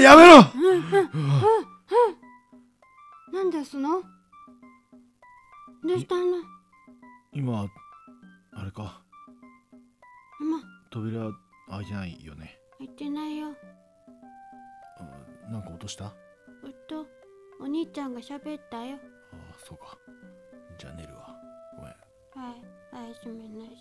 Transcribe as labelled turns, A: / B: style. A: やめろ
B: なんですのどうしたの
A: 今あれか
B: 今
A: 扉開いてないよね
B: 言ってないよ
A: うんなんか落としたあ
B: えっとお兄ちゃんが喋ったよ
A: あそうかじゃあ寝るわごめん
B: はいおやすみなさい